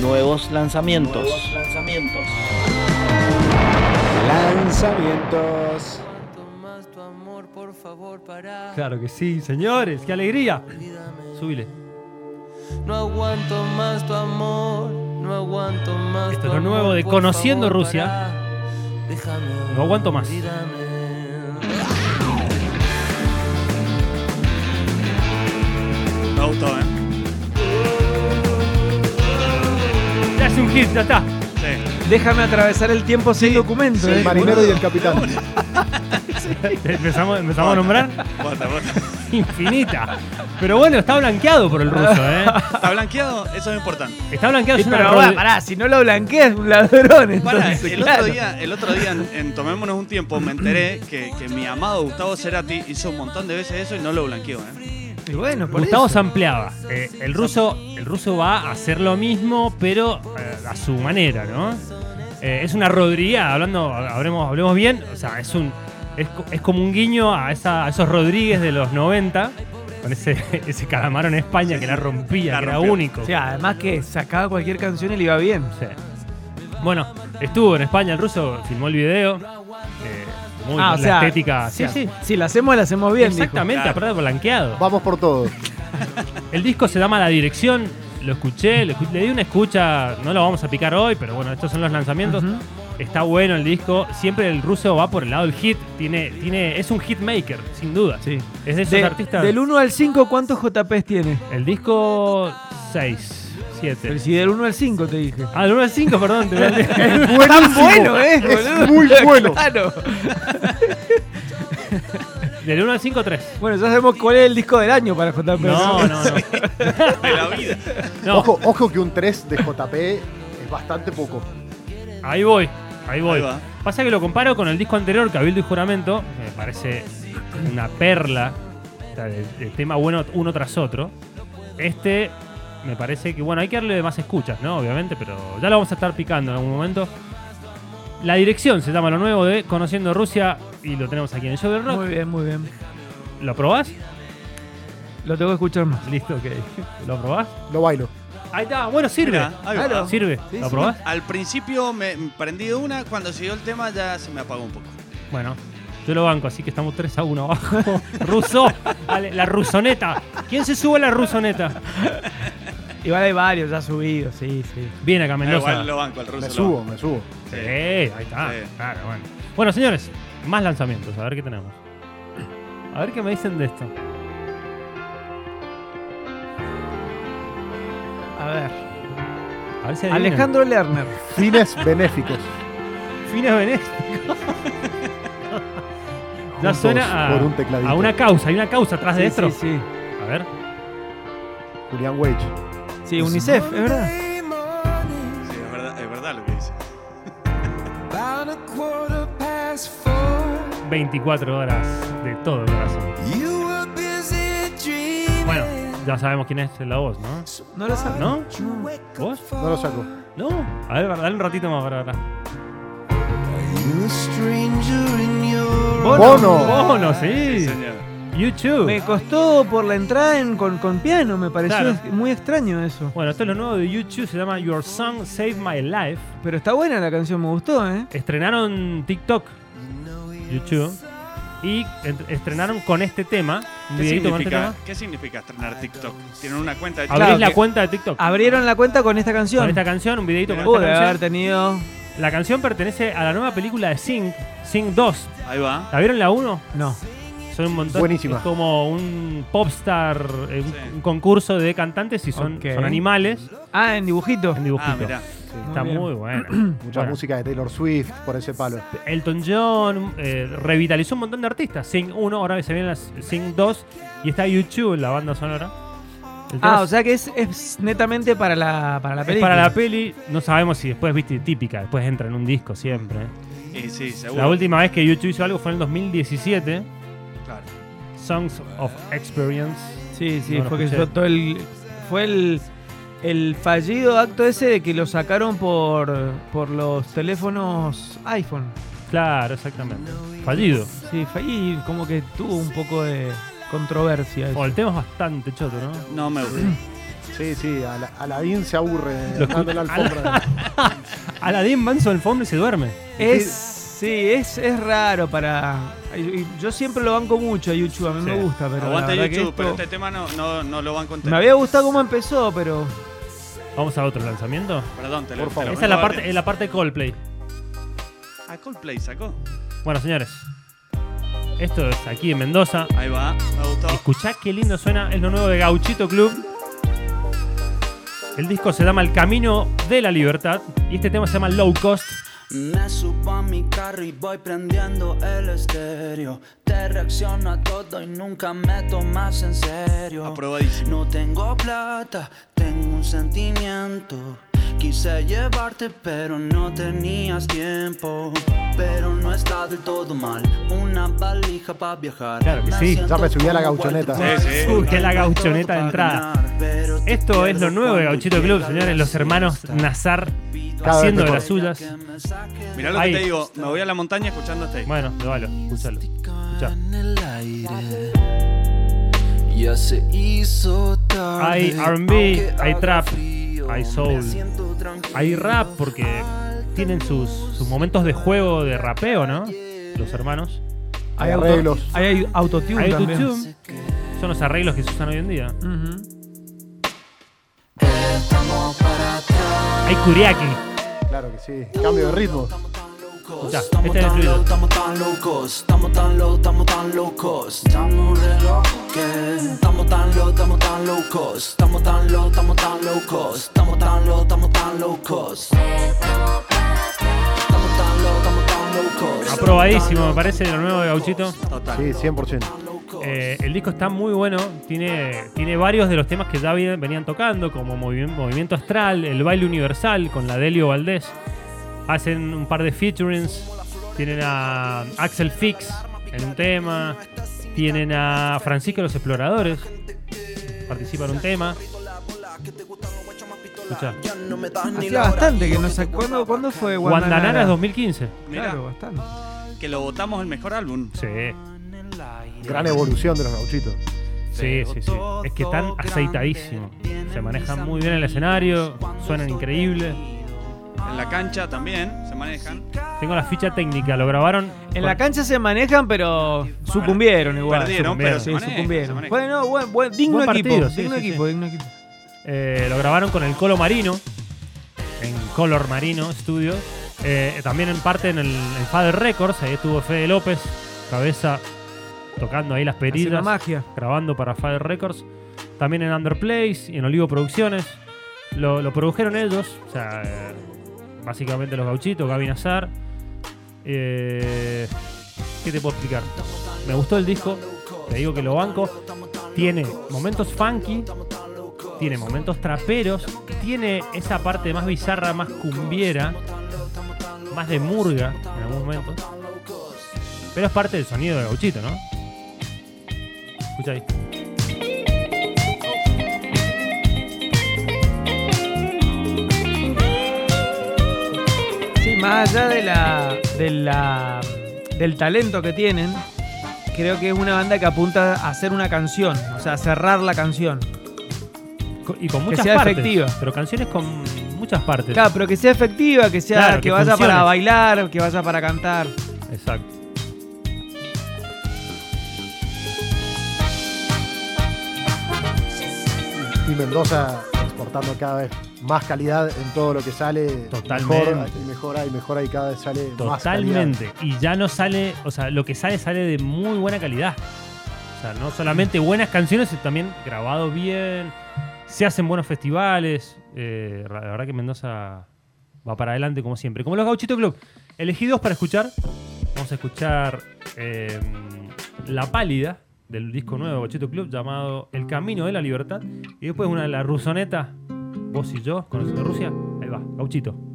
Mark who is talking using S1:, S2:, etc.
S1: Nuevos lanzamientos.
S2: Nuevos lanzamientos.
S3: Lanzamientos.
S4: Claro que sí, señores, qué alegría. Súbile.
S5: No aguanto más tu amor, no aguanto más
S4: Esto
S5: tu
S4: es lo nuevo
S5: amor,
S4: de
S5: por
S4: Conociendo
S5: favor,
S4: Rusia.
S5: pará. Déjame,
S4: No aguanto más.
S5: olvídame.
S2: Me gustó, ¿eh?
S4: Ya es un hit, ya está.
S2: Sí.
S6: Déjame atravesar el tiempo sin documento.
S3: El
S6: eh.
S3: marinero y el capitán.
S4: Empezamos, empezamos a nombrar
S2: Bota, bota.
S4: infinita. Pero bueno, está blanqueado por el ruso, ¿eh?
S2: ¿Está blanqueado? Eso es importante.
S4: Está blanqueado.
S6: Sí,
S4: es una
S6: pero
S4: rode-
S6: pará, pará, si no lo blanqueas, un ladrón.
S2: Para,
S6: entonces,
S2: el
S6: claro.
S2: otro día, el otro día en, en Tomémonos un tiempo me enteré que, que mi amado Gustavo Cerati hizo un montón de veces eso y no lo blanqueó, ¿eh?
S6: Y bueno, por
S4: Gustavo
S6: eso.
S4: ampliaba. el, ruso, el ruso va a hacer lo mismo, pero eh, a su manera, ¿no? Eh, es una rodrigueada, hablando, hablemos, hablemos bien. O sea, es un. Es, co- es como un guiño a, esa- a esos Rodríguez de los 90, con ese, ese calamaro en España que la rompía,
S2: La
S4: que era
S2: rompió.
S4: único.
S6: O sea, además que sacaba cualquier canción y le iba bien.
S4: Sí. Bueno, estuvo en España el ruso, filmó el video. eh, muy
S6: Ah,
S4: la
S6: o sea,
S4: estética.
S6: Sí,
S4: o sea,
S6: sí. Si la hacemos, la hacemos bien. dijo.
S4: Exactamente,
S2: Claro.
S4: aparte blanqueado.
S3: Vamos por todo.
S4: El disco se llama La Dirección, lo escuché, le, escu- le di una escucha, no lo vamos a picar hoy, pero bueno, estos son los lanzamientos.
S6: Ujú.
S4: Está bueno el disco, siempre el ruso va por el lado del hit, tiene, tiene, es un hitmaker, sin duda.
S6: Sí.
S4: Es de esos
S6: De-
S4: artistas.
S6: Del 1 al 5, ¿cuántos JPs tiene?
S4: el disco 6, 7.
S6: Pero si del 1 al 5 te dije.
S4: Ah, del 1 al 5, perdón. te mandé.
S6: Es Tan bueno, ¿eh? boludo?
S3: muy bueno.
S6: Claro.
S4: del 1 al 5, 3.
S6: Bueno, ya sabemos cuál es el disco del año para JP.
S4: No, no, no.
S2: De la vida.
S4: No,
S3: Ojo, ojo que un 3 de JP es bastante poco.
S4: ahí voy, ahí voy.
S2: Ahí va.
S4: Pasa que lo comparo con el disco anterior, Cabildo y Juramento, que me parece una perla o sea, de, de tema bueno uno tras otro. Este me parece que, bueno, hay que darle más escuchas, ¿no? Obviamente, pero ya lo vamos a estar picando en algún momento. La dirección se llama lo nuevo de Conociendo Rusia y lo tenemos aquí en el show del rock.
S6: Muy bien, muy bien.
S4: ¿Lo probás?
S6: Lo tengo que escuchar más.
S4: Listo, ok. ¿Lo probás?
S3: Lo bailo.
S4: Ahí está, bueno, sirve.
S2: Mirá, ahí va.
S6: Claro.
S4: Sirve.
S6: Sí,
S4: ¿Lo
S6: sí.
S4: probás?
S2: Al principio me me prendí de una, cuando siguió el tema ya se me apagó un poco.
S4: Bueno, yo lo banco, así que estamos 3 a 1 abajo. Ruso, dale, la rusoneta. ¿Quién se sube a la rusoneta?
S6: Igual hay varios ya subidos, sí, sí.
S4: Bien acá, Mendoza.
S2: Ah, Igual lo banco al ruso.
S3: Me
S2: lo
S3: subo,
S2: banco.
S3: me subo.
S4: Sí, ahí está.
S2: Sí.
S4: Claro, bueno. Bueno, señores, más lanzamientos, a ver qué tenemos. A ver qué me dicen de esto.
S6: A ver.
S4: A ver si adivinan.
S6: Alejandro Lerner.
S3: Fines benéficos.
S4: Fines Benéfico. ya
S3: Juntos
S4: suena a,
S3: por un tecladito.
S4: a una causa, hay una causa atrás de
S6: Sí,
S4: esto.
S6: sí, sí.
S4: A ver.
S3: Julián Wage.
S6: Sí, UNICEF, es verdad.
S2: Sí, es verdad, es verdad lo que dice.
S4: 24 horas de todo el corazón. Bueno, ya sabemos quién es la voz, ¿no?
S6: No lo sabes.
S4: ¿No? ¿Vos?
S3: No lo saco.
S4: No. A ver, dale un ratito más para atrás.
S3: Bono.
S4: Bono, sí.
S2: Señor.
S4: YouTube.
S6: Me costó por la entrada en- con, con piano, me pareció
S4: Claro.
S6: es- muy extraño eso.
S4: Bueno, esto es lo nuevo de YouTube, se llama Your Song Save My Life.
S6: Pero está buena la canción, me gustó, ¿eh?
S4: Estrenaron TikTok, YouTube, y en- estrenaron con este tema. Un
S2: ¿Qué
S4: videito con este
S2: significa,
S4: tema.
S2: ¿Qué significa estrenar TikTok? Tienen una cuenta de TikTok.
S4: Abrís
S6: Claro
S4: la
S6: que- Ah,
S4: cuenta de TikTok
S6: Abrieron la cuenta con esta canción.
S4: con esta canción, un videito con
S6: Pude
S4: esta
S6: haber
S4: canción.
S6: tenido.
S4: La canción pertenece a la nueva película de Sing, Sing 2.
S2: Ahí va. Ah,
S4: ¿La vieron la 1?
S6: No.
S4: Son un montón.
S3: Buenísima.
S4: Es como un popstar, eh, un,
S2: Sí.
S4: un concurso de cantantes y son,
S6: Ok.
S4: son animales
S6: Ah, en dibujito.
S4: en dibujito.
S2: Ah, mirá.
S4: Está
S6: Muy bien.
S4: muy bueno.
S3: Mucha
S4: Bueno,
S3: música de Taylor Swift por ese palo.
S4: Elton John eh, revitalizó un montón de artistas. Sing 1, ahora se viene la Sing 2 y está YouTube en la banda sonora. El tema
S6: Ah, o
S4: es-
S6: sea que es, es netamente para la, para la
S4: es
S6: película.
S4: para la peli, no sabemos si después, viste, típica, después entra en un disco siempre.
S2: Y sí, seguro.
S4: La última vez que YouTube hizo algo fue en el 2017,
S2: Claro.
S4: Songs of Experience.
S6: Sí, sí,
S4: No, no
S6: fue que
S4: escuché.
S6: yo todo el. Fue el, el fallido acto ese de que lo sacaron por, por los teléfonos iPhone.
S4: Claro, exactamente. Fallido.
S6: Sí, fa- y como que tuvo un poco de controversia. eso.
S4: Oh, O el tema es bastante choto, ¿no?
S2: No me gusta.
S3: Sí, sí, Ala- Aladín se aburre dando la alfombra.
S4: Aladdin va en su alfombra y se duerme.
S6: Es, sí, es, es raro para. y- y Yo siempre lo banco mucho a YouTube, a mí me
S4: Sí.
S6: gusta, pero. la
S2: Aguanta
S6: verdad
S2: YouTube,
S6: que
S2: pero
S6: esto-
S2: este tema no, no, no lo van a contar.
S6: Me había gustado cómo empezó, pero.
S4: Vamos a otro lanzamiento.
S2: Perdón, te lo
S3: Por favor.
S2: te lo
S4: Esa es la
S2: vengo
S4: parte, es
S2: batiendo.
S4: la parte de Coldplay.
S2: Ah, Coldplay sacó.
S4: Bueno, señores. Esto es aquí en Mendoza.
S2: Ahí va, me ha gustado.
S4: Escuchá qué lindo suena. Es lo nuevo de Gauchito Club. El disco se llama El Camino de la Libertad. Y este tema se llama Low Cost.
S1: Me subo a mi carro y voy prendiendo el estéreo. Te reacciono a todo y nunca me tomas en serio.
S2: Aprobadísimo.
S1: No tengo plata, tengo un sentimiento. Quise llevarte, pero no tenías tiempo. Pero no está del todo mal. Una valija para viajar.
S4: Claro que sí.
S1: siento
S3: Ya me subí a la
S1: como
S3: gauchoneta.
S1: Walter
S2: Sí, sí.
S1: White.
S4: Uy, que la gauchoneta de
S1: Todo para
S4: entrada.
S1: ganar, pero te
S4: Esto es lo
S1: pierdes
S4: nuevo de
S1: cuando
S4: Gauchito Club,
S1: llega
S4: señores.
S1: la
S4: Los hermanos
S1: siesta.
S4: Nazar
S3: Cada vez
S4: haciendo de
S3: mejor.
S4: las suyas.
S1: Que me saquen
S2: Mirá lo
S4: Ahí.
S2: que te digo, me voy a la montaña escuchando este.
S4: Bueno, llévalo, escúchalo. Escuchá.
S1: en el aire. Ya se hizo tarde.
S4: Hay
S1: Aunque
S4: RB, hay
S1: haga
S4: trap,
S1: frío,
S4: hay
S1: me
S4: soul,
S1: siento tranquilo.
S4: hay rap porque tienen sus, sus momentos de juego de rapeo, ¿no? Los hermanos.
S3: Hay
S6: auto-
S3: arreglos.
S6: Hay, hay autotune
S4: Hay
S6: también.
S4: autotune. Son los arreglos que se usan hoy en día.
S6: Ujú.
S1: Estamos para atrás.
S4: Hay Kuriaki.
S3: Claro que sí. Cambio de ritmo.
S1: Estamos tan low cost,
S4: Ya,
S1: estamos
S4: este es el
S1: tan
S4: fluido.
S1: low, estamos tan low cost, estamos tan low, estamos tan low cost, estamos re loco que estamos tan low, estamos tan low cost, estamos tan low, estamos tan low cost, estamos tan low, estamos tan low cost. Estamos tan low, estamos tan low cost.
S4: Aprobadísimo, me parece, de lo nuevo de Gauchito.
S2: Total.
S3: Sí, 100%.
S4: Eh, el disco está muy bueno. Tiene, tiene varios de los temas que ya vi- venían tocando, como Movi- Movimiento Astral, El Baile Universal con la Delio Valdés. Hacen un par de featurings. Tienen a Axel Fix en un tema. Tienen a Francisco y los Exploradores. Participa en un tema. Escuchá.
S6: Hacía bastante que no sé. ¿Cuándo, cuándo fue
S4: Guandanara es 2015.
S2: Mirá,
S6: Claro, bastante.
S2: que lo votamos el mejor álbum.
S4: Sí,
S3: Gran evolución de los gauchitos.
S4: sí, sí, sí. Es que están aceitadísimos. Se manejan muy bien en el escenario. Suenan increíbles.
S2: En la cancha también se manejan.
S4: Tengo la ficha técnica, lo grabaron.
S6: En la cancha se manejan, pero sucumbieron igual.
S2: Perdieron, pero se
S6: Sí,
S2: manejan, se
S6: sucumbieron.
S2: manejan.
S6: Bueno, buen, buen- digno
S4: Buen partido,
S6: equipo.
S4: sí,
S6: digno
S4: sí,
S6: equipo,
S4: sí.
S6: digno equipo.
S4: Eh, lo grabaron con el Colo Marino, en Color Marino Studios. Eh, también en parte en el en Father Records, ahí estuvo Fede López, cabeza tocando ahí las
S6: Hace una
S4: perillas,
S6: magia.
S4: grabando para Father Records. También en Underplace y en Olivo Producciones. Lo, lo produjeron ellos, o sea, eh, básicamente los gauchitos, Gaby Nazar. Eh, ¿Qué te puedo explicar? Me gustó el disco, te digo que lo banco. Tiene momentos funky, tiene momentos traperos, tiene esa parte más bizarra, más cumbiera, más de murga en algún momento. Pero es parte del sonido de gauchito, ¿no? Escucha ahí.
S6: Sí, más allá de la, de la- del talento que tienen, creo que es una banda que apunta a hacer una canción, o sea, a cerrar la canción.
S4: Co- Y con muchas
S6: sea
S4: partes.
S6: efectiva.
S4: Pero canciones con muchas partes.
S6: Claro, pero que sea efectiva, que sea
S4: Claro,
S6: que,
S4: que
S6: vaya
S4: funcione.
S6: para bailar, que vaya para cantar.
S4: Exacto.
S3: Y Mendoza exportando cada vez más calidad en todo lo que sale.
S4: Totalmente.
S3: Mejora y mejora y mejora y cada vez sale más calidad.
S4: Totalmente. Y ya no sale, o sea, lo que sale sale de muy buena calidad. O sea, no solamente buenas canciones, sino también grabado bien, se hacen buenos festivales. Eh, la verdad que Mendoza va para adelante como siempre. Como los Gauchito Club. Elegí dos para escuchar. Vamos a escuchar eh, La Pálida del disco nuevo de Gauchito Club llamado El Camino de la Libertad. Y después una de la Rusoneta, Vos y Yo, con el de Rusia. Ahí va, Gauchito.